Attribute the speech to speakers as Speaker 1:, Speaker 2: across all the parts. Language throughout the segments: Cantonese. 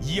Speaker 1: 以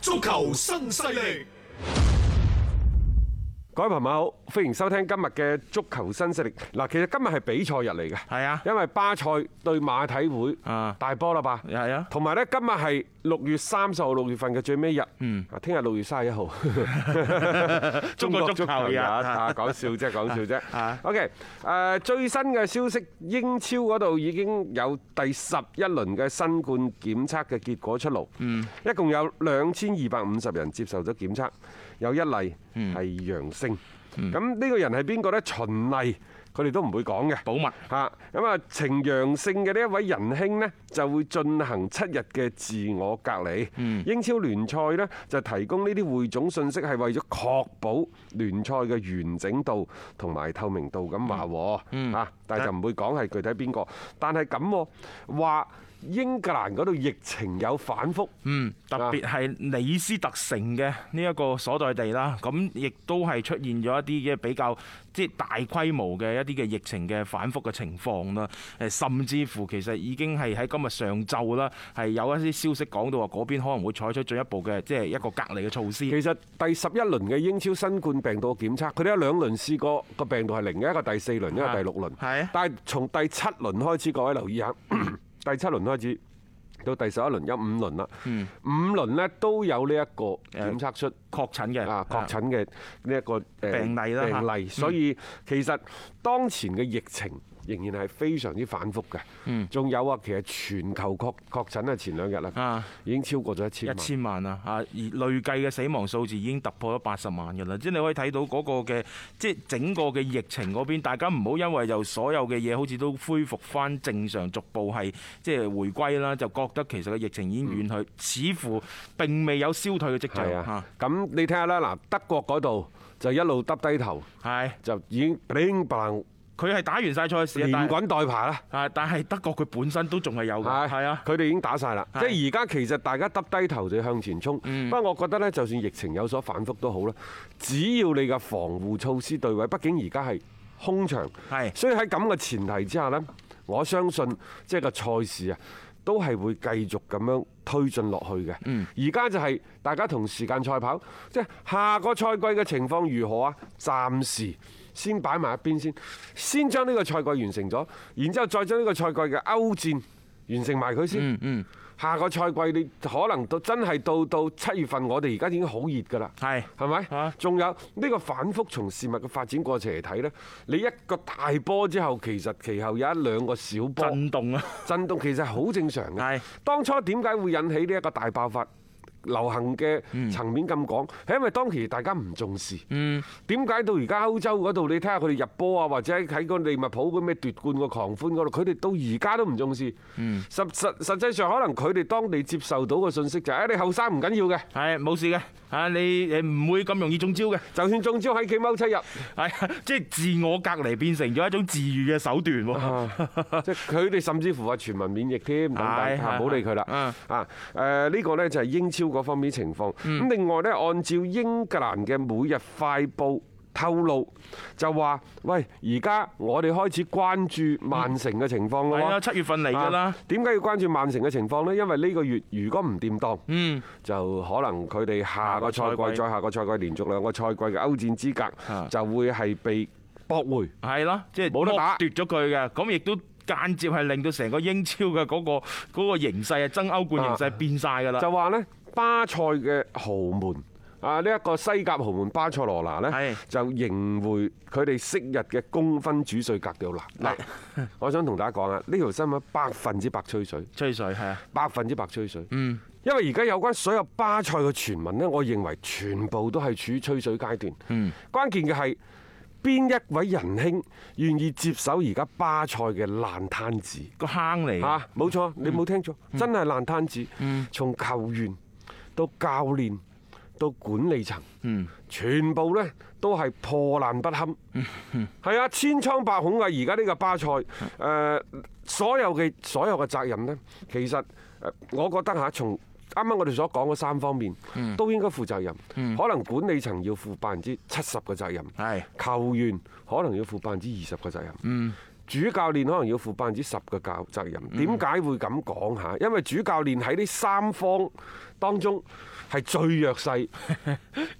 Speaker 1: 足球新勢力，
Speaker 2: 各位朋友好，歡迎收聽今日嘅足球新勢力。嗱，其實今日係比賽日嚟嘅，
Speaker 3: 係啊
Speaker 2: 因為巴塞對馬體會
Speaker 3: 啊
Speaker 2: 大波啦吧，
Speaker 3: 係啊
Speaker 2: 同埋呢，今日係六月三十號，六月份嘅最尾日，
Speaker 3: 嗯
Speaker 2: 啊，聽日六月三十一 號，
Speaker 3: 中國足球日
Speaker 2: 啊，講笑啫，講笑啫
Speaker 3: 啊。
Speaker 2: OK，誒最新嘅消息，英超嗰度已經有第十一輪嘅新冠檢測嘅結果出爐，一共有兩千二百五十人接受咗檢測，有一例係陽性。咁呢個人係邊個呢？秦麗，佢哋都唔會講嘅。
Speaker 3: 保密
Speaker 2: 嚇咁啊，呈陽性嘅呢一位仁兄呢，就會進行七日嘅自我隔離。
Speaker 3: 嗯
Speaker 2: 英超聯賽呢，就提供呢啲匯總信息，係為咗確保聯賽嘅完整度同埋透明度咁
Speaker 3: 嗯
Speaker 2: 話喎。嚇，但係就唔會講係具體邊個。但係咁喎話英格蘭嗰度疫情有反覆。
Speaker 3: 嗯，特別係李斯特城嘅呢一個所在地啦，咁亦都係出現咗一啲嘅比較即係大規模嘅一啲嘅疫情嘅反覆嘅情況啦。誒，甚至乎其實已經係喺今日上晝啦，係有一啲消息講到話嗰邊可能會採取進一步嘅即係一個隔離嘅措施。
Speaker 2: 其實第十一輪嘅英超新冠病毒檢測，佢哋有兩輪試過個病毒係零嘅，一個第四輪，一個第六輪。
Speaker 3: 係啊
Speaker 2: 但係從第七輪開始，各位留 意下，第七輪開始到第十一輪有五輪啦。五輪呢都有呢一個檢測出
Speaker 3: 確診嘅
Speaker 2: 啊確診嘅呢一個誒
Speaker 3: 病例啦
Speaker 2: 病
Speaker 3: 嚇
Speaker 2: 例，
Speaker 3: 嗯
Speaker 2: 所以其實當前嘅疫情。仍然係非常之反覆嘅，仲有啊，其實全球確確診啊，前兩日啦
Speaker 3: 啊，
Speaker 2: 已經超過咗一千
Speaker 3: 一
Speaker 2: 萬。
Speaker 3: 千萬啊！啊，而累計嘅死亡數字已經突破咗八十萬嘅啦，即係你可以睇到嗰個嘅即係整個嘅疫情嗰邊，大家唔好因為就所有嘅嘢好似都恢復翻正常，逐步係即係回歸啦，就覺得其實個疫情已經遠去，似乎並未有消退嘅跡象
Speaker 2: 嗯係
Speaker 3: 嚇
Speaker 2: 啊。，咁你睇下啦，嗱，德國嗰度就一路耷低頭，
Speaker 3: 係
Speaker 2: 就已經乒乓
Speaker 3: 佢係打完晒賽事啊，
Speaker 2: 連
Speaker 3: 但係
Speaker 2: 滾帶爬啦。
Speaker 3: 啊，但係德國佢本身都仲係有嘅，係啊，
Speaker 2: 佢哋已經打晒啦，即
Speaker 3: 係嗯
Speaker 2: 係而家其實大家耷低頭就向前衝。不過我覺得呢，就算疫情有所反覆都好啦，只要你嘅防護措施對位，畢竟而家係空場，
Speaker 3: 係
Speaker 2: 所以喺咁嘅前提之下呢，我相信即係個賽事啊，都係會繼續咁樣推進落去嘅。
Speaker 3: 嗯
Speaker 2: 而家就係大家同時間賽跑，即係下個賽季嘅情況如何啊？暫時先擺埋一邊先，先將呢個賽季完成咗，然之後再將呢個賽季嘅歐戰完成埋佢先。
Speaker 3: 嗯嗯，
Speaker 2: 下個賽季你可能到真係到到七月份，我哋而家已經好熱㗎啦。
Speaker 3: 係
Speaker 2: 係咪
Speaker 3: 啊？
Speaker 2: 仲有呢個反覆從事物嘅發展過程嚟睇呢，你一個大波之後，其實其後有一兩個小波
Speaker 3: 震動啊，
Speaker 2: 震動，其實係好正常嘅
Speaker 3: 係。
Speaker 2: 當初點解會引起呢一個大爆發？流行嘅層面咁講，係因為當其大家唔重視。點解到而家歐洲嗰度，你睇下佢哋入波啊，或者喺個利物浦嗰咩奪冠個狂歡嗰度，佢哋到而家都唔重視。實實實際上，可能佢哋當地接受到嘅信息就係：，誒你後生唔緊要嘅，
Speaker 3: 係冇事嘅，啊你誒唔會咁容易中招嘅。
Speaker 2: 就算中招喺屋企踎七日。
Speaker 3: 係啊即係自我隔離變成咗一種治愈嘅手段
Speaker 2: 啊
Speaker 3: 喎。
Speaker 2: 即係佢哋甚至乎話全民免疫添，等等
Speaker 3: 係
Speaker 2: 嚇，
Speaker 3: 係
Speaker 2: 唔好理佢啦。
Speaker 3: 嗯
Speaker 2: 啊，誒呢個呢就係英超嗰方面情況。咁另外呢，按照英格蘭嘅每日快報。透露就話：喂，而家我哋開始關注曼城嘅情況
Speaker 3: 係
Speaker 2: 咯
Speaker 3: 啊，。七月份嚟㗎啦
Speaker 2: 啊。點解要關注曼城嘅情況呢？因為呢個月如果唔掂當，
Speaker 3: 嗯，
Speaker 2: 就可能佢哋下個賽
Speaker 3: 下個賽
Speaker 2: 季
Speaker 3: 季
Speaker 2: 再下個賽季連續兩個賽季嘅歐戰資格
Speaker 3: 啊
Speaker 2: 就會係被駁回。
Speaker 3: 係啦，即係
Speaker 2: 冇得打
Speaker 3: 剝奪咗佢嘅，咁亦都間接係令到成個英超嘅嗰個嗰個形勢啊，爭歐冠形勢變晒㗎啦。
Speaker 2: 就話呢，巴塞嘅豪門啊呢一個西甲豪門巴塞羅那
Speaker 3: 係
Speaker 2: 呢，就迎回佢哋昔日嘅公分主帥格調拿。嗱，我想同大家講啊，呢條新聞百分之百吹水，
Speaker 3: 吹水係啊，
Speaker 2: 百分之百吹水。嗯。因為而家有關所有巴塞嘅傳聞呢，我認為全部都係處於吹水階段。嗯。關鍵嘅係邊一位仁兄願意接手而家巴塞嘅爛攤子？
Speaker 3: 個坑嚟嘅。嗯
Speaker 2: 嚇，冇錯，你冇聽錯，真係爛攤子。從球員到教練到管理層，
Speaker 3: 嗯
Speaker 2: 全部呢都係破爛不堪。
Speaker 3: 嗯
Speaker 2: 係啊，千瘡百孔啊！而家呢個巴塞，誒
Speaker 3: 嗯
Speaker 2: 所有嘅所有嘅責任呢，其實誒我覺得嚇從。啱啱我哋所講嗰三方面
Speaker 3: 嗯
Speaker 2: 都應該負責任，可能管理層要負百分之七十嘅責任，
Speaker 3: 係嗯
Speaker 2: 球員可能要負百分之二十嘅責任。主教練可能要負百分之十嘅教責任，
Speaker 3: 嗯
Speaker 2: 點解會咁講嚇？因為主教練喺呢三方當中係最弱勢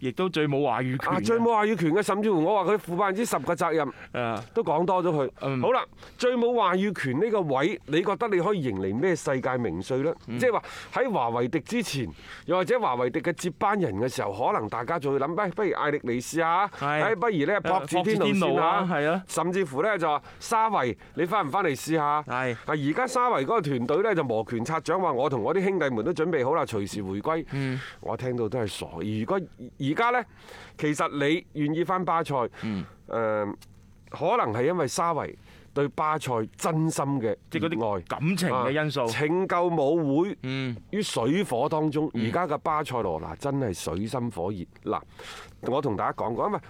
Speaker 3: 亦都最冇話語權嘅。
Speaker 2: 啊，最冇話語權嘅，甚至乎我話佢負百分之十嘅責任，
Speaker 3: 誒
Speaker 2: 都講多咗佢。
Speaker 3: 啊嗯
Speaker 2: 好啦，最冇話語權呢個位，你覺得你可以迎嚟咩世界名帥呢？
Speaker 3: 嗯
Speaker 2: 即係話喺華為迪之前，又或者華為迪嘅接班人嘅時候，可能大家就會諗，喂，不如艾力尼試下，哎
Speaker 3: 係
Speaker 2: 誒，不如呢，博
Speaker 3: 博
Speaker 2: 智
Speaker 3: 智
Speaker 2: 天奴
Speaker 3: 天奴
Speaker 2: 試
Speaker 3: 啊
Speaker 2: 下，
Speaker 3: 係啊
Speaker 2: 甚至乎呢，就話沙維，你翻唔翻嚟試下？
Speaker 3: 係
Speaker 2: 啊，而家沙維嗰個團隊呢，就摩拳擦掌，話我同我啲兄弟們都準備好啦，隨時回歸。
Speaker 3: 嗯
Speaker 2: 我聽到都係傻。如果而家呢，其實你願意翻巴塞，誒、
Speaker 3: 嗯
Speaker 2: 可能係因為沙維對巴塞真心嘅
Speaker 3: 即係
Speaker 2: 熱
Speaker 3: 嗰啲
Speaker 2: 愛。
Speaker 3: 感情嘅因素
Speaker 2: 啊。拯救母會於水火當中，而家嘅巴塞羅那真係水深火熱。嗱，我同大家講過，因為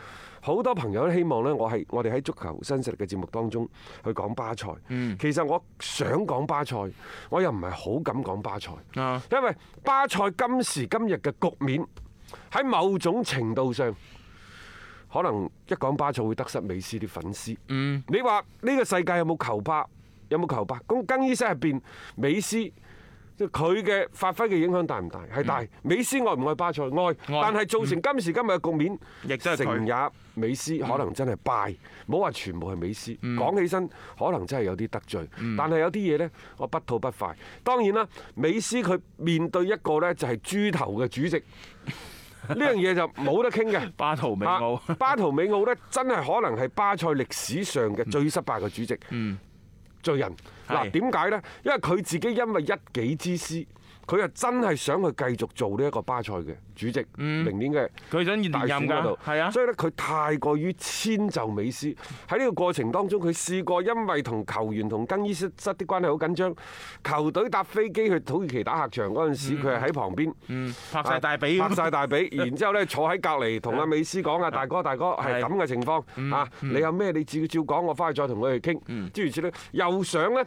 Speaker 2: 好多朋友都希望呢，我係我哋喺足球新勢力嘅節目當中去講巴塞。其實我想講巴塞，我又唔係好敢講巴塞，
Speaker 3: 啊
Speaker 2: 因為巴塞今時今日嘅局面喺某種程度上。可能一講巴塞會得失美斯啲粉絲。嗯，你話呢個世界有冇球霸？有冇球霸？咁更衣室入邊，美斯即係佢嘅發揮嘅影響大唔大？係
Speaker 3: 嗯
Speaker 2: 大。美斯愛唔愛巴塞？愛。但係造成今時今日嘅局面，
Speaker 3: 亦都係佢
Speaker 2: 成
Speaker 3: 嗯
Speaker 2: 也美斯，可能真係敗。唔好話全部係美斯，講起身可能真係有啲得罪。
Speaker 3: 嗯
Speaker 2: 但係有啲嘢呢，我不吐不快。當然啦，美斯佢面對一個呢就係豬頭嘅主席，呢樣嘢就冇得傾嘅。
Speaker 3: 巴圖美奧
Speaker 2: 啊巴圖美奧呢，真係可能係巴塞歷史上嘅最失敗嘅主席。罪人嗱，
Speaker 3: 嗯係
Speaker 2: 點解呢？因為佢自己因為一己之私，佢又真係想去繼續做呢一個巴塞嘅主席，明年嘅
Speaker 3: 嗯佢想連
Speaker 2: 大選
Speaker 3: 任
Speaker 2: 嗰度
Speaker 3: 㗎，，係啊，
Speaker 2: 所以咧佢太過於遷就美斯喺呢個過程當中，佢試過因為同球員同更衣室室啲關係好緊張，球隊搭飛機去土耳其打客場嗰陣
Speaker 3: 嗯
Speaker 2: 時，佢係喺旁邊。
Speaker 3: 拍晒大髀咁
Speaker 2: 啊拍晒大髀，然之後咧坐喺隔離 同阿美斯講啊，大哥大哥係
Speaker 3: 係嗯
Speaker 2: 咁嘅情況啊，你有咩你照照講，我翻去再同佢哋傾。諸如此類，又想咧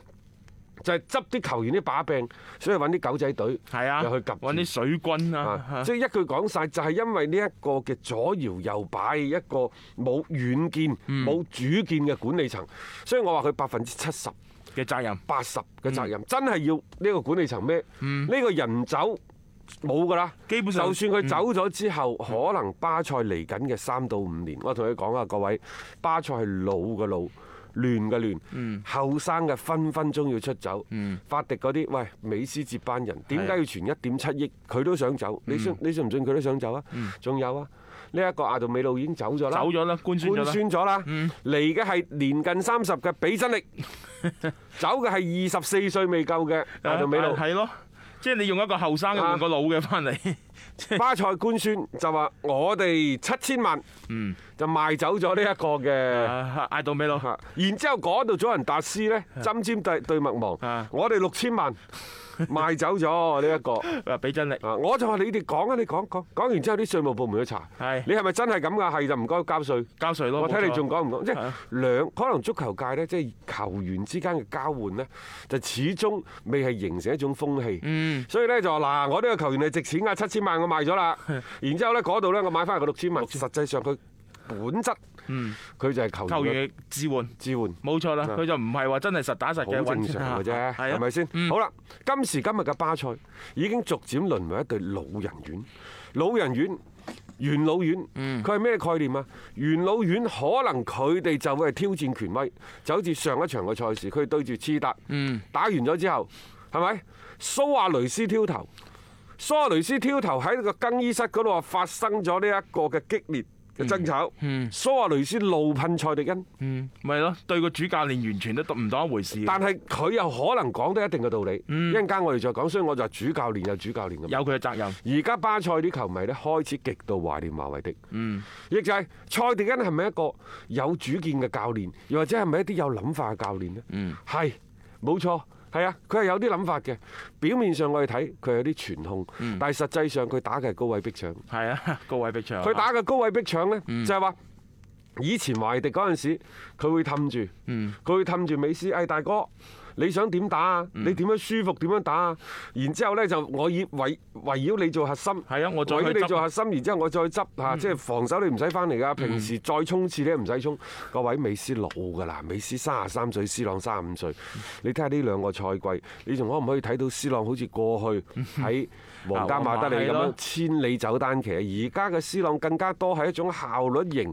Speaker 2: 就係執啲球員啲把柄，所以揾啲狗仔隊
Speaker 3: 係啊，
Speaker 2: 又去夾住
Speaker 3: 揾啲水軍
Speaker 2: 啊
Speaker 3: 啊，
Speaker 2: 即係一句講晒，就係因為呢一個嘅左搖右擺，一個冇遠見、
Speaker 3: 嗯
Speaker 2: 冇主見嘅管理層，所以我話佢百分之七十、
Speaker 3: 嘅責任。
Speaker 2: 八十
Speaker 3: 嗯
Speaker 2: 嘅責任，真係要呢個管理層孭。呢個人唔走冇㗎啦，
Speaker 3: 基本上嗯
Speaker 2: 就算佢走咗之後，可能巴塞嚟緊嘅三到五年，我同你講啊，各位，巴塞係老嘅老。亂嘅
Speaker 3: 嗯
Speaker 2: 亂，後生嘅分分鐘要出走。法迪嗰啲，喂，美斯接班人，點解要存一點七億？佢都想走，
Speaker 3: 嗯
Speaker 2: 你信你信唔信佢都想走啊？仲有啊，呢一個亞杜美路已經走咗啦，
Speaker 3: 走咗啦官宣咗啦嗯
Speaker 2: 官宣咗啦，嚟嘅係年近三十嘅比真力，走嘅係二十四歲未夠嘅
Speaker 3: 啊
Speaker 2: 亞杜美路。
Speaker 3: 係咯，即係你用一個後生嘅換個老嘅翻嚟，
Speaker 2: 巴塞官宣就話我哋七千萬，就賣走咗呢一個嘅。
Speaker 3: 嗯啊嗌到尾咯，
Speaker 2: 嚇然之後嗰度祖雲達斯呢，針尖對對麥
Speaker 3: 啊
Speaker 2: 芒，我哋六千 萬賣走咗呢一個。
Speaker 3: 啊俾真力，
Speaker 2: 啊！我就話你哋講啊，你講講講完之後，啲稅務部門去查，
Speaker 3: 係
Speaker 2: 你係咪真係咁㗎？係就唔該交稅。
Speaker 3: 交税咯。
Speaker 2: 我睇
Speaker 3: 冇
Speaker 2: 你
Speaker 3: 錯
Speaker 2: 仲講唔講？即
Speaker 3: 係
Speaker 2: 係
Speaker 3: 啊
Speaker 2: 兩可能足球界呢，即係球員之間嘅交換呢，就始終未係形成一種風氣。所以呢，就話嗱，我呢個球員係值錢㗎，啊七千萬我賣咗 啦。然之後呢，嗰度呢，我買翻個六千萬。實際上佢本質，佢就係球
Speaker 3: 球
Speaker 2: 員嘅
Speaker 3: 員嘅置換，
Speaker 2: 置換。
Speaker 3: 冇錯啦，
Speaker 2: 啊
Speaker 3: 佢就唔係話真係實打實
Speaker 2: 好
Speaker 3: 嘅啊
Speaker 2: 正常嘅啫，
Speaker 3: 係嗯
Speaker 2: 係咪先？好啦，今時今日嘅巴塞已經逐漸淪為一隊老人院，老人院。元老院，
Speaker 3: 嗯
Speaker 2: 佢係咩概念啊？元老院可能佢哋就會係挑戰權威，就好似上一場嘅賽事，佢
Speaker 3: 嗯
Speaker 2: 哋對住黐達，打完咗之後，係咪蘇亞雷斯挑頭，蘇亞雷斯挑頭喺個更衣室嗰度啊，發生咗呢一個嘅激烈嘅爭吵。蘇亞雷斯怒噴蔡迪恩，
Speaker 3: 嗯，咪咯，對個主教練完全都唔當一回事嘅。
Speaker 2: 但係佢又可能講得一定嘅道理。一陣間我哋再講，所以我就話主教嗯練有主教練嘅。
Speaker 3: 有佢嘅責任。
Speaker 2: 而家巴塞啲球迷咧開始極度懷念馬維迪，嗯，亦就係蔡迪恩係咪一個有主見嘅教練，又或者係咪一啲有諗法嘅教練呢？嗯，係冇錯。係啊，佢係有啲諗法嘅。表面上我哋睇佢有啲傳控，但係實際上佢打嘅係高位逼搶。
Speaker 3: 係啊，嗯高位逼搶。
Speaker 2: 佢打嘅高位逼搶呢，就係話以前懷迪嗰陣時，佢會氹住，
Speaker 3: 嗯
Speaker 2: 佢會氹住美斯，哎大哥。你想點打啊？
Speaker 3: 嗯
Speaker 2: 你點樣舒服點樣打啊？然之後呢，就我以圍圍繞你做核心，
Speaker 3: 係啊嗯我再
Speaker 2: 圍繞
Speaker 3: 去
Speaker 2: 你
Speaker 3: 執
Speaker 2: 做核心，然之後我再執嚇，即係防守你唔使翻嚟㗎，平時再衝刺你都唔使衝。各位美斯老㗎啦，美斯三十三歲，斯朗三十五歲，你睇下呢兩個賽季，你仲可唔可以睇到斯朗好似過去
Speaker 3: 嗯
Speaker 2: 喺皇家馬德里咁
Speaker 3: 係
Speaker 2: 樣
Speaker 3: 咯
Speaker 2: 千里走單騎，而家嘅斯朗更加多係一種效率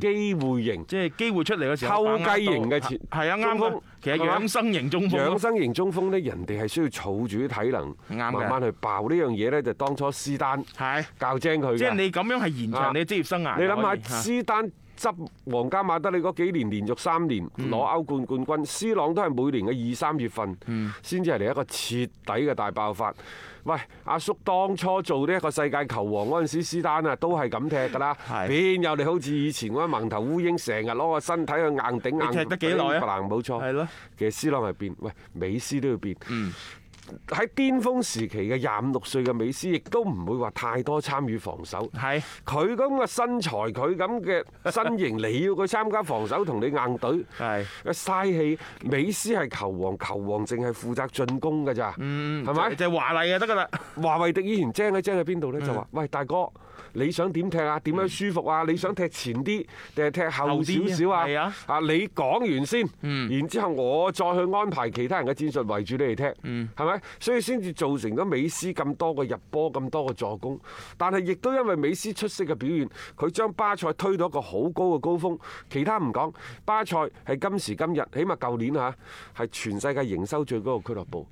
Speaker 2: 型、機會型、
Speaker 3: 即係機會出嚟嘅時候，
Speaker 2: 偷雞型嘅前
Speaker 3: 係啊
Speaker 2: 中
Speaker 3: 啱嘅
Speaker 2: 鋒，
Speaker 3: 其實
Speaker 2: 係嘛
Speaker 3: 養生型中鋒
Speaker 2: 養
Speaker 3: 咯，
Speaker 2: 生型中鋒呢，人哋係需要儲住啲體能，
Speaker 3: 啱嘅
Speaker 2: 慢慢去爆呢樣嘢呢，就當初斯丹
Speaker 3: 係
Speaker 2: 教精佢
Speaker 3: 即係
Speaker 2: 嘅。
Speaker 3: 你咁樣係延
Speaker 2: 啊
Speaker 3: 長你嘅職業生涯。
Speaker 2: 你
Speaker 3: 可
Speaker 2: 諗
Speaker 3: 以
Speaker 2: 下，斯丹執皇家馬德里嗰幾年連續三年
Speaker 3: 嗯
Speaker 2: 攞歐冠冠軍，斯朗都係每年嘅二三月份
Speaker 3: 嗯
Speaker 2: 先至係嚟一個徹底嘅大爆發。喂，阿叔當初做呢一個世界球王嗰陣時，斯丹啊都係咁踢㗎啦，
Speaker 3: 係
Speaker 2: 邊有你好似以前嗰啲盲頭烏蠅，成日攞個身體去硬頂硬
Speaker 3: 你踢得幾耐啊
Speaker 2: 頂硬冇錯，
Speaker 3: 係咯。嗯
Speaker 2: 其實斯朗係變，喂，美斯都要變。喺巔峰時期嘅廿五六歲嘅美斯，亦都唔會話太多參與防守。
Speaker 3: 係
Speaker 2: 佢咁嘅身材，佢咁 嘅身形，你要佢參加防守同你硬隊，
Speaker 3: 係
Speaker 2: 嘥氣。美斯係球王，球王淨係負責進攻㗎咋，
Speaker 3: 嗯
Speaker 2: 係咪？
Speaker 3: 就就華麗就得㗎啦。
Speaker 2: 華為迪以前精喺精喺邊度呢？
Speaker 3: 嗯
Speaker 2: 就話：喂，大哥，你想點踢啊？點樣舒服啊？你想踢前啲定係踢後少少
Speaker 3: 後啲
Speaker 2: 啊
Speaker 3: 啊？
Speaker 2: 啊，你講完先，然之後我再去安排其他人嘅戰術圍住你嚟踢，係咪？所以先至造成咗美斯咁多個入波，咁多個助攻。但係亦都因為美斯出色嘅表現，佢將巴塞推到一個好高嘅高峰。其他唔講，巴塞係今時今日，起碼舊年嚇係全世界營收最高嘅俱樂部。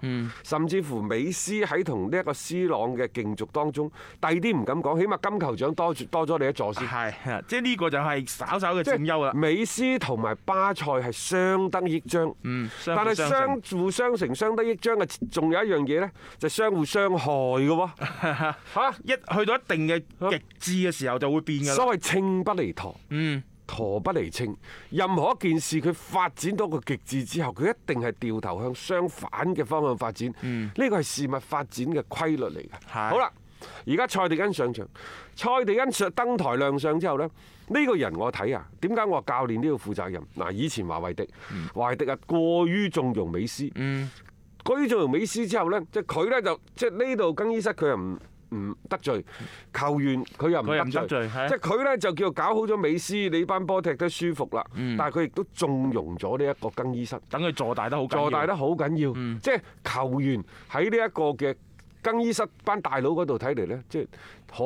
Speaker 2: 甚至乎美斯喺同呢一個斯朗嘅競逐當中，第二啲唔敢講，起碼金球獎多多咗你一座先。
Speaker 3: 係啊，即係呢個就係稍稍嘅佔優啦。
Speaker 2: 美斯同埋巴塞係相得益彰，
Speaker 3: 嗯相
Speaker 2: 但
Speaker 3: 輔
Speaker 2: 係
Speaker 3: 相
Speaker 2: 相互相成、相得益彰嘅，仲有一樣嘢呢，就相互傷害嘅喎。 嚇，
Speaker 3: 一去到一定嘅極致嘅時候就會變㗎啦。
Speaker 2: 所謂稱不離陀，
Speaker 3: 嗯，
Speaker 2: 陀不離稱。任何一件事佢發展到個極致之後，佢一定係掉頭向相反嘅方向發展。呢個係事物發展嘅規律嚟嘅。
Speaker 3: 嗯係
Speaker 2: 好啦，而家蔡迪恩上場，蔡迪恩上登台亮相之後呢，呢個人我睇啊，點解我話教練都要負責任？嗱，以前華維迪，
Speaker 3: 嗯
Speaker 2: 華維迪啊過於縱容美斯，過於縱容美斯之後呢，即係佢呢就即係呢度更衣室佢又唔。唔得罪球員，佢又唔
Speaker 3: 佢又唔
Speaker 2: 得
Speaker 3: 得
Speaker 2: 罪
Speaker 3: 罪，係啊
Speaker 2: 即係佢呢就叫搞好咗美斯，你班波踢得舒服啦。但係佢亦都縱容咗呢一個更衣室。
Speaker 3: 等佢坐嗯大得好緊要。
Speaker 2: 坐
Speaker 3: 嗯
Speaker 2: 大得好緊要，即係球員喺呢一個嘅更衣室班大佬嗰度睇嚟呢，即係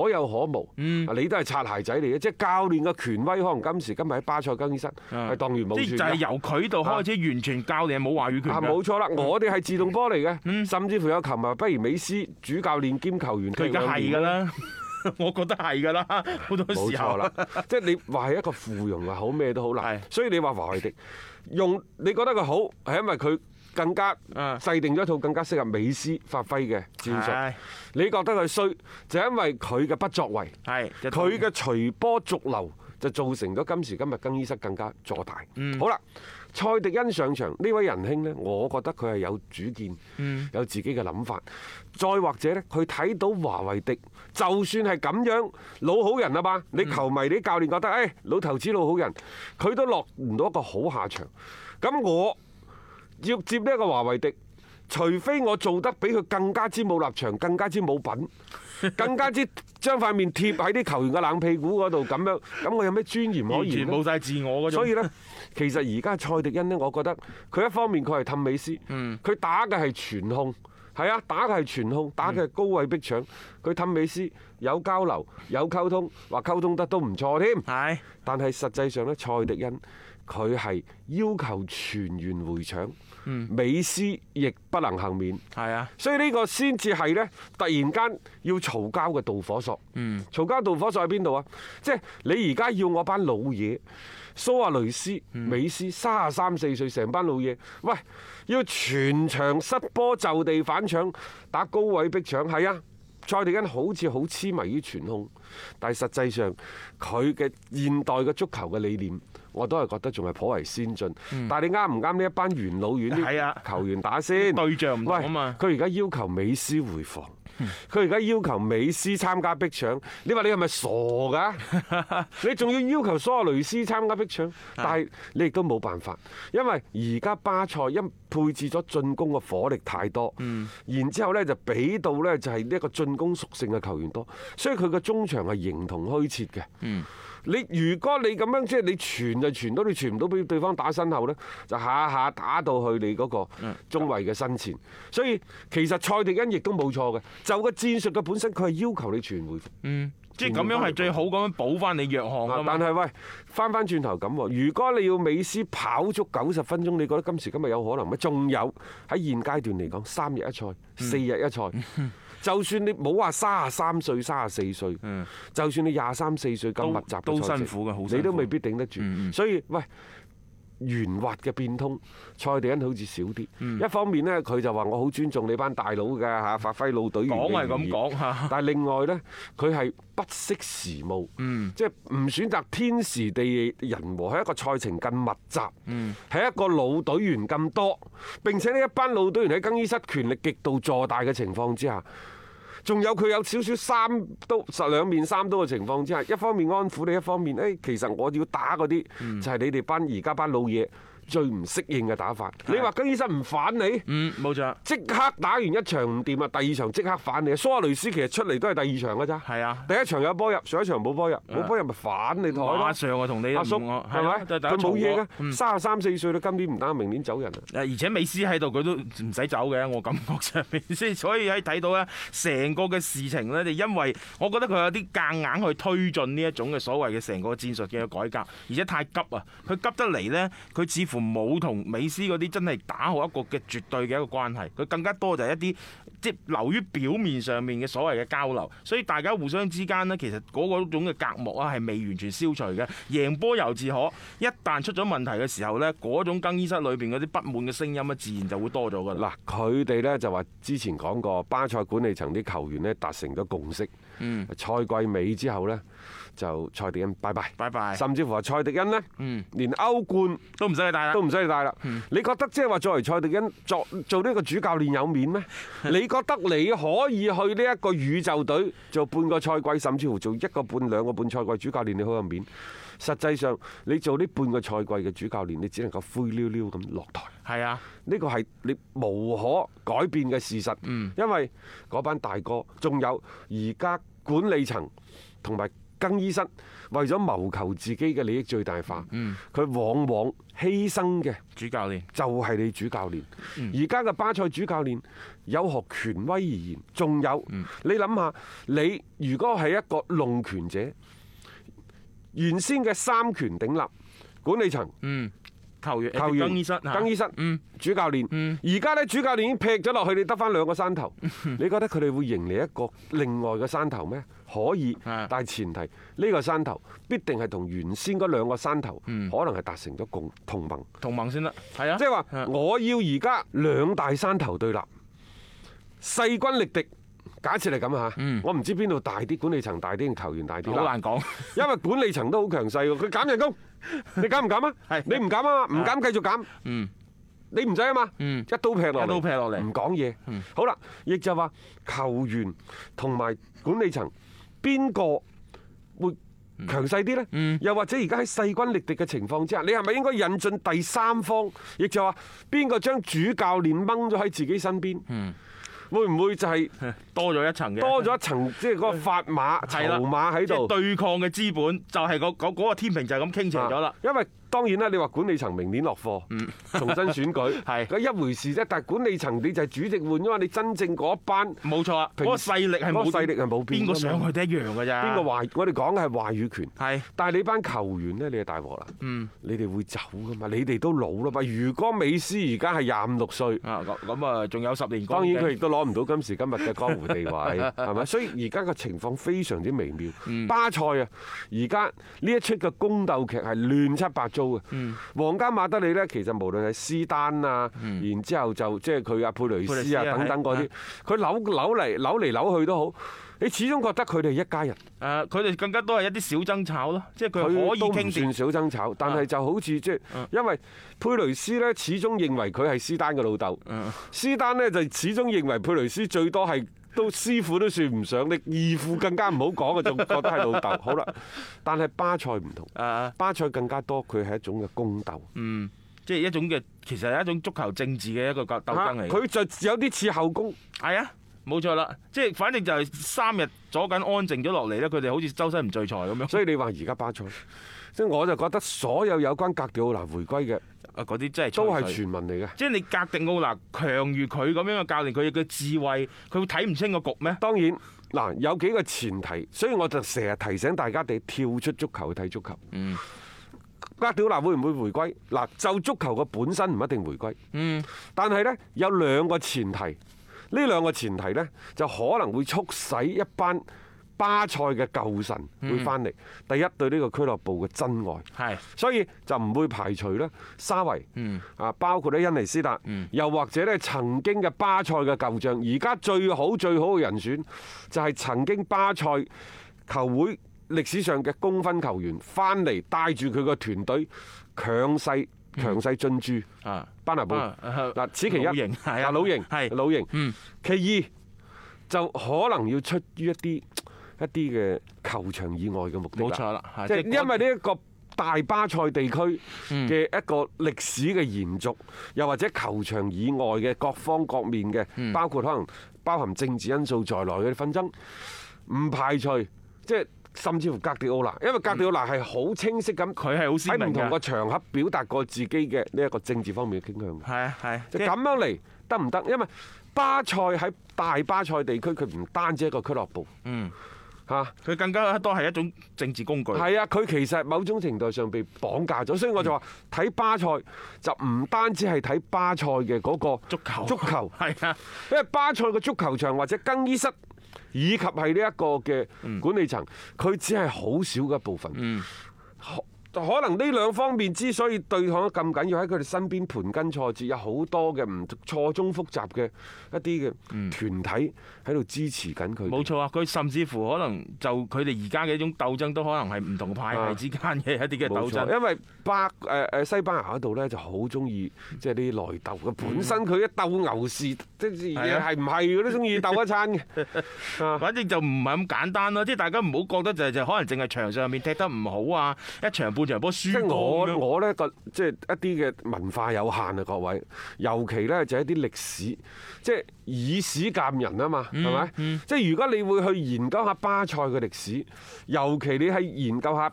Speaker 2: 可有可無。
Speaker 3: 嗯
Speaker 2: 啊你都係擦鞋仔嚟嘅，即係教練嘅權威，可能今時今日喺巴塞更衣室係當然冇
Speaker 3: 啊即係
Speaker 2: 存
Speaker 3: 就係
Speaker 2: 嘅。
Speaker 3: 由佢度開始，完全教練係冇話語權
Speaker 2: 啊，
Speaker 3: 㗎。
Speaker 2: 冇錯啦，我哋係自動波嚟嘅，甚至乎有球迷不如美斯主教練兼球員，
Speaker 3: 嗯佢而家係㗎。啦， 我覺得係㗎啦，好多
Speaker 2: 冇
Speaker 3: 時
Speaker 2: 錯
Speaker 3: 候
Speaker 2: 啦， 即係你話係一個附庸啊又好咩都好啦
Speaker 3: 係，
Speaker 2: 所以你話華為迪用你覺得佢好係因為佢更加
Speaker 3: 嗯
Speaker 2: 制定咗一套更加適合美斯發揮嘅戰術
Speaker 3: 係。
Speaker 2: 你覺得佢衰就因為佢嘅不作為，
Speaker 3: 係就
Speaker 2: 佢嘅隨波逐流就造成咗今時今日更衣室更加坐大。好啦，蔡迪恩上場呢位仁兄呢，我覺得佢係有主見，有自己嘅諗法。再或者呢，佢睇到華為迪，就算係咁樣老好人啊嘛，你球迷你教練覺得，誒、哎老頭子老好人，佢都落唔到一個好下場。咁我要接呢一個華為迪。除非我做得比佢更加之冇立場，更加之冇 品，更加之將塊面貼喺啲球員嘅冷屁股嗰度咁樣，咁我有咩尊嚴可
Speaker 3: 完全
Speaker 2: 言呢
Speaker 3: 冇晒自我嗰種。
Speaker 2: 所以呢，其實而家蔡迪恩呢，我覺得佢一方面佢係氹美斯，佢打嘅係傳控，係啊，打嘅係傳控，打嘅係高位逼搶，佢氹美斯有交流有溝通，話溝通得都唔錯添。
Speaker 3: 係
Speaker 2: 但係實際上呢，蔡迪恩佢係要求全員回搶，美斯亦不能幸免。
Speaker 3: 係啊，
Speaker 2: 所以呢個先至係呢，突然間要嘈交嘅導火索。嗯，嘈交導火索喺邊度啊？即係你而家要我班老嘢，蘇亞雷斯、
Speaker 3: 嗯
Speaker 2: 美斯，三十三四歲，成班老嘢，喂，要全場失波就地反搶，打高位逼搶，係啊。蔡迪根好似好痴迷於傳控，但係實際上佢嘅現代嘅足球嘅理念，我都係覺得仲係頗為先進。但係你啱唔啱呢一班元老院
Speaker 3: 嗯係啊
Speaker 2: 啲球員打先？
Speaker 3: 對象唔同啊嘛嗯
Speaker 2: 喂佢而家要求美斯回防，佢而家要求美斯參加逼搶，你話你係咪傻 㗎？你仲要要求蘇亞雷斯參加逼
Speaker 3: 啊
Speaker 2: 搶，但係你亦都冇辦法，因為而家巴塞因配置咗進攻嘅火力太多，
Speaker 3: 嗯
Speaker 2: 然之後呢就俾到呢就係呢一個進攻屬性嘅球員多，所以佢嘅中場係形同虛設嘅。
Speaker 3: 嗯
Speaker 2: 你如果你咁樣即係你傳就傳到，你傳唔到俾對方打身後呢，就下下打到去你嗰個
Speaker 3: 嗯
Speaker 2: 中衞嘅身前。所以其實蔡迪恩亦都冇錯嘅，就個戰術嘅本身，佢係要求你傳回。
Speaker 3: 嗯即係咁樣係最好咁樣補翻你弱項啊
Speaker 2: 啊
Speaker 3: 嘛
Speaker 2: 但。係喂，翻翻轉頭咁喎，如果你要美斯跑足九十分鐘，你覺得今時今日有可能咩？仲有喺現階段嚟講，三日一
Speaker 3: 嗯
Speaker 2: 賽，四日一賽。 就算你冇話三十三歲、三十四歲，就算你廿三四歲咁密集嘅賽
Speaker 3: 嗯都
Speaker 2: 程
Speaker 3: 辛苦嘅好辛苦嗯
Speaker 2: 你都未必頂得住。所以喂。圓滑嘅變通，蔡地恩好似少啲。
Speaker 3: 嗯
Speaker 2: 一方面呢，佢就話我好尊重你班大佬㗎嚇，發揮老隊員嘅
Speaker 3: 講係
Speaker 2: 意義
Speaker 3: 咁講嚇，
Speaker 2: 但係另外呢，佢係不識時務，
Speaker 3: 嗯
Speaker 2: 即係唔選擇天時地利人和，喺一個賽程咁密集，係、
Speaker 3: 嗯
Speaker 2: 一個老隊員咁多，並且呢一班老隊員喺更衣室權力極度坐大嘅情況之下。仲有佢有少少三刀實兩面三刀嘅情況之下，一方面安撫你，一方面誒其實我要打嗰啲
Speaker 3: 嗯
Speaker 2: 就係你哋班而家班老嘢最唔適應嘅打法。你話更衣室唔反你？
Speaker 3: 嗯，冇錯，
Speaker 2: 即刻打完一場唔掂啊，第二場即刻反你。蘇亞雷斯其實出嚟都係第二場㗎咋，
Speaker 3: 係啊
Speaker 2: 第一場有波入，上一場冇波入，冇波入咪反你台咯
Speaker 3: 馬。上我同你
Speaker 2: 阿叔
Speaker 3: 唔我
Speaker 2: 係
Speaker 3: 啊
Speaker 2: 咪？
Speaker 3: 都係大
Speaker 2: 佢
Speaker 3: 家
Speaker 2: 冇嘢
Speaker 3: 嘈
Speaker 2: 㗎
Speaker 3: 我，嗯
Speaker 2: 三十三四歲啦，今年唔打，明年走人啊。
Speaker 3: 誒而且美斯喺度，佢都唔使走嘅，我感覺上面先，所以喺睇到咧成個嘅事情咧，就因為我覺得佢有啲夾硬去推進呢一種嘅所謂嘅成個戰術嘅改革，而且太急啊！佢急得嚟咧，佢似乎冇同美斯嗰啲真係打好一個嘅絕對嘅一個關係，佢更加多就係一啲即係流於表面上面嘅所謂嘅交流，所以大家互相之間呢，其實嗰個種嘅隔膜啊係未完全消除嘅，贏波由自可。一旦出咗問題嘅時候呢，嗰種更衣室裏邊嗰啲不滿嘅聲音咧，啊自然就會多咗噶啦。
Speaker 2: 嗱，佢哋呢就話之前講過，巴塞管理層啲球員呢達成咗共識，賽季尾之後呢，就蔡迪恩拜拜，
Speaker 3: 拜拜
Speaker 2: 甚至乎話蔡迪恩呢，連歐冠
Speaker 3: 都唔使你帶啦
Speaker 2: 都。唔使你帶啦。你覺得即係話作為蔡迪恩作做呢個主教練有面咩？你覺得你可以去呢一個宇宙隊做半個賽季，甚至乎做一個半兩個半賽季主教練，你好有面。實際上，你做呢半個賽季嘅主教練，你只能夠灰溜溜咁落台。
Speaker 3: 係啊，
Speaker 2: 呢個係你無可改變嘅事實，因為嗰班大哥，仲有而家管理層同埋更衣室，為咗謀求自己嘅利益最大化，佢往往犧牲嘅
Speaker 3: 主教練
Speaker 2: 就係你主教練。而家嘅巴塞主教練有何權威而言？仲有，你諗下，你如果係一個弄權者，原先嘅三權鼎立，管理層。
Speaker 3: 球員、
Speaker 2: 球員、
Speaker 3: 更衣室、啊嗯
Speaker 2: 更衣室、主教練。而家呢，主教練已經劈咗落去，你得翻兩個山 頭。你覺得佢哋會迎嚟一個另外嘅山頭咩？可以，
Speaker 3: 啊
Speaker 2: 但係前提呢個山頭必定係同原先嗰兩個山頭可能係達成咗共同盟，
Speaker 3: 同盟先得。嗯係啊，
Speaker 2: 即係話
Speaker 3: 啊
Speaker 2: 我要而家兩大山頭對立，勢均力敵。假設係咁啊嚇，我唔知邊度大啲，管理層大啲定球員大啲
Speaker 3: 嗯好
Speaker 2: 啦
Speaker 3: 難講。
Speaker 2: 因為管理層都好強勢喎，佢減人工，你減唔減啊
Speaker 3: 係？
Speaker 2: 你唔減啊嘛，唔減繼續減。
Speaker 3: 嗯
Speaker 2: 你唔使啊嘛，
Speaker 3: 嗯
Speaker 2: 一刀劈落嚟，
Speaker 3: 一刀劈落嚟
Speaker 2: 唔講嘢。好啦，亦就話球員同埋管理層邊個會強勢啲呢？又或者而家喺勢均力敵嘅情況之下，你係咪應該引進第三方？亦就話邊個將主教練掹咗喺自己身邊？會唔會就係
Speaker 3: 多咗一層嘅，
Speaker 2: 多咗一層即係嗰個砝碼、籌
Speaker 3: 係啦
Speaker 2: 碼喺
Speaker 3: 即係
Speaker 2: 度？
Speaker 3: 對抗嘅資本，就係嗰嗰嗰個天平就係咁傾斜咗啦。
Speaker 2: 啊
Speaker 3: 嗯
Speaker 2: 因為當然啦，你話管理層明年落課， 重新選舉，
Speaker 3: 係
Speaker 2: 咁一回事啫。但係管理層你就係主席換咗嘛，你真正嗰一班
Speaker 3: 冇錯啊，嗰
Speaker 2: 平
Speaker 3: 個勢力係冇
Speaker 2: 嗰個勢力係冇變㗎
Speaker 3: 邊
Speaker 2: 嘛
Speaker 3: 個上去都一樣㗎咋。
Speaker 2: 邊個話？我哋講嘅係話語權。
Speaker 3: 係
Speaker 2: 但係你班球員呢，你係大鑊啦。
Speaker 3: 嗯
Speaker 2: 你哋會走噶嘛？你哋都老啦嘛。如果美斯而家係廿五六歲，
Speaker 3: 啊？咁咁啊，仲有十年光
Speaker 2: 當
Speaker 3: 景。
Speaker 2: 然佢亦都攞唔到今時今日嘅江湖地位，係咪？所以而家個情況非常之微妙。巴塞啊，而家呢一出嘅宮鬥劇係亂七八糟嘅。皇家馬德里呢，其實無論係斯丹啊，然之後就即係佢阿佩雷斯啊
Speaker 3: 佩雷斯啊
Speaker 2: 等等嗰啲
Speaker 3: 係，
Speaker 2: 佢扭扭嚟扭嚟扭去都好，你始終覺得佢哋係一家人。
Speaker 3: 誒，啊佢哋更加多係一啲小爭吵咯，即係佢可
Speaker 2: 佢
Speaker 3: 以
Speaker 2: 都
Speaker 3: 傾
Speaker 2: 唔
Speaker 3: 掂
Speaker 2: 算。
Speaker 3: 啊
Speaker 2: 少爭吵，但係就好似即係
Speaker 3: 嗯，
Speaker 2: 因為佩雷斯呢，始終認為佢係斯丹嘅老豆，
Speaker 3: 啊
Speaker 2: 斯丹呢，就始終認為佩雷斯最多係。都師傅都算唔上，你義父更加唔好講啊，仲覺得係老豆。 好啦，但係巴塞唔同，
Speaker 3: 誒，
Speaker 2: 巴塞更加多，佢係一種嘅宮鬥。
Speaker 3: 嗯，即係一種嘅，其實係一種足球政治嘅一個鬥鬥爭嚟嘅。
Speaker 2: 佢就有啲似後宮，
Speaker 3: 係啊，冇錯啦，即係反正就係三日左緊安靜咗落嚟咧，佢哋好似周身唔聚財咁樣。
Speaker 2: 所以你話而家巴塞，即係我就覺得所有有關格調奧拿回歸嘅
Speaker 3: 啊，嗰啲真係
Speaker 2: 都係
Speaker 3: 吹水
Speaker 2: 傳聞嚟嘅。
Speaker 3: 即係你格迪奧拿強如佢咁樣嘅教練，佢嘅智慧，佢會睇唔清個局咩？
Speaker 2: 當然嗱，有幾個前提，所以我就成日提醒大家哋跳出足球去睇足球。嗯。瓜迪奧拿會唔會回歸？嗱，就足球嘅本身唔一定回歸。嗯。但係呢，有兩個前提，呢兩個前提呢，就可能會促使一班巴塞嘅舊神會翻嚟。第一對呢個俱樂部嘅真愛。
Speaker 3: 係
Speaker 2: 所以就唔會排除咧沙維，
Speaker 3: 嗯
Speaker 2: 啊包括咧恩尼斯達，又或者咧曾經嘅巴塞嘅舊將，而家最好最好嘅人選就係曾經巴塞球會歷史上嘅公分球員翻嚟，帶住佢個團隊強勢強勢進駐
Speaker 3: 啊，
Speaker 2: 班拿貝。
Speaker 3: 嗯啊啊
Speaker 2: 嗱，此其一，
Speaker 3: 老型係啊
Speaker 2: 老型
Speaker 3: 係嗯
Speaker 2: 老型。其二就可能要出於一啲一啲嘅球場以外嘅目的啦
Speaker 3: 冇錯啦係
Speaker 2: 即係
Speaker 3: 啊即係嗯
Speaker 2: 因為呢一個大巴塞地區嘅一個歷史嘅延續，又或者球場以外嘅各方各面
Speaker 3: 嗯
Speaker 2: 嘅，包括可能包含政治因素在內嘅紛爭，唔排除即係。甚至乎格迪奧拿，因為格迪奧拿係好清晰咁，
Speaker 3: 佢係好鮮
Speaker 2: 喺唔
Speaker 3: 明
Speaker 2: 同
Speaker 3: 嘅
Speaker 2: 個場合表達過自己嘅呢一個政治方面嘅傾向嘅。
Speaker 3: 係啊係，
Speaker 2: 就
Speaker 3: 即係
Speaker 2: 咁樣嚟得唔得？因為巴塞喺大巴塞地區，佢唔單止係一個俱樂部，
Speaker 3: 嗯
Speaker 2: 嚇，
Speaker 3: 佢更加多係一種政治工具。
Speaker 2: 係啊，佢其實某種程度上被綁架咗，所以我
Speaker 3: 嗯
Speaker 2: 就話睇巴塞就唔單止係睇巴塞嘅嗰個
Speaker 3: 足球
Speaker 2: 足球，
Speaker 3: 係啊，
Speaker 2: 因為巴塞嘅足球場或者更衣室。以及係呢一個嘅
Speaker 3: 嗯
Speaker 2: 管理層，佢只係好少嘅一部分。可可能呢兩方面之所以對抗得咁緊要，喺佢哋身邊盤根錯節，有好多嘅唔錯綜複雜嘅一啲
Speaker 3: 嗯
Speaker 2: 嘅團體喺度支持緊佢。
Speaker 3: 冇錯啊！佢甚至乎可能就佢哋而家嘅一種鬥爭，都可能係唔同派系之間嘅一啲嘅鬥
Speaker 2: 啊冇錯，
Speaker 3: 爭。
Speaker 2: 因為巴誒誒西班牙嗰度咧就好中意即係啲內鬥嘅，本身佢一鬥牛士，即係
Speaker 3: 係啊
Speaker 2: 係唔係佢都中意鬥一餐嘅。
Speaker 3: 反正就唔係咁簡單咯，即係大家唔好覺得就係就可能淨係場上面踢得唔好啊，一場半場波
Speaker 2: 即
Speaker 3: 輸
Speaker 2: 係我
Speaker 3: 波咁樣
Speaker 2: 我咧個即係一啲嘅文化有限啊，各位，尤其咧就係一啲歷史，即係以史鑑人啊嘛，係咪？即係如果你會去研究下巴塞嘅歷史，尤其你係研究下。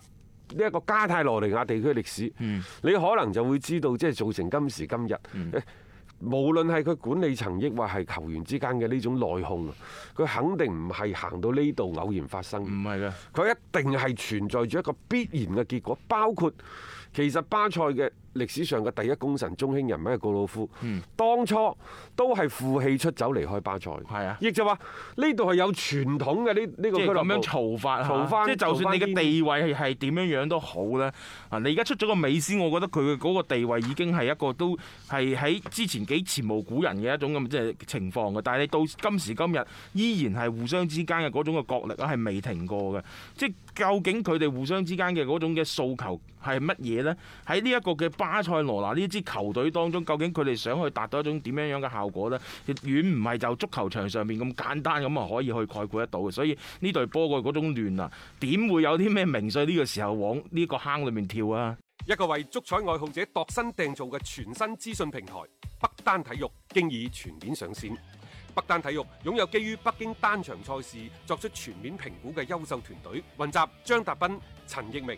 Speaker 2: 呢一個加泰羅尼亞地區嘅歷史，你可能就會知道，即係造成今時今日，無論係佢管理層抑或係球員之間嘅呢種內訌啊，佢肯定唔係行到呢度偶然發生嘅。
Speaker 3: 唔係嘅，
Speaker 2: 佢一定係存在住一個必然嘅結果，包括 其實巴塞嘅歷史上嘅第一功臣中興人物嘅告魯夫，
Speaker 3: 嗯
Speaker 2: 當初都係負氣出走離開巴塞，
Speaker 3: 係啊
Speaker 2: 亦就話呢度係有傳統嘅呢呢個
Speaker 3: 即
Speaker 2: 俱
Speaker 3: 係
Speaker 2: 樂
Speaker 3: 咁樣
Speaker 2: 部。
Speaker 3: 嘈法嚇
Speaker 2: 嘈翻
Speaker 3: 即係就算你
Speaker 2: 嘈
Speaker 3: 嘅
Speaker 2: 翻
Speaker 3: 地位係係點樣樣都好啦。啊，你而家出咗個美斯，我覺得佢嘅嗰個地位已經係一個都係喺之前幾前無古人嘅一種咁即係情況嘅。但係你到今時今日，依然係互相之間嘅嗰種嘅角力啦，係未停過嘅。即係究竟佢哋互相之間嘅嗰種嘅訴求係乜嘢呢？喺呢一個嘅巴塞羅那呢支球隊當中，究竟佢哋想去達到一種點樣樣嘅效果呢？遠唔係就足球場上面咁簡單咁啊，可以去概括得到嘅。所以呢隊波嘅嗰種亂啊，點會有啲咩名帥呢個時候往呢個坑裏面跳啊？
Speaker 2: 一個為足彩愛好者度身訂造嘅全新資訊平台北單體育，經已全面上線。北單體育擁有基於北京單場賽事作出全面評估嘅優秀團隊，雲集張達斌、陳奕明、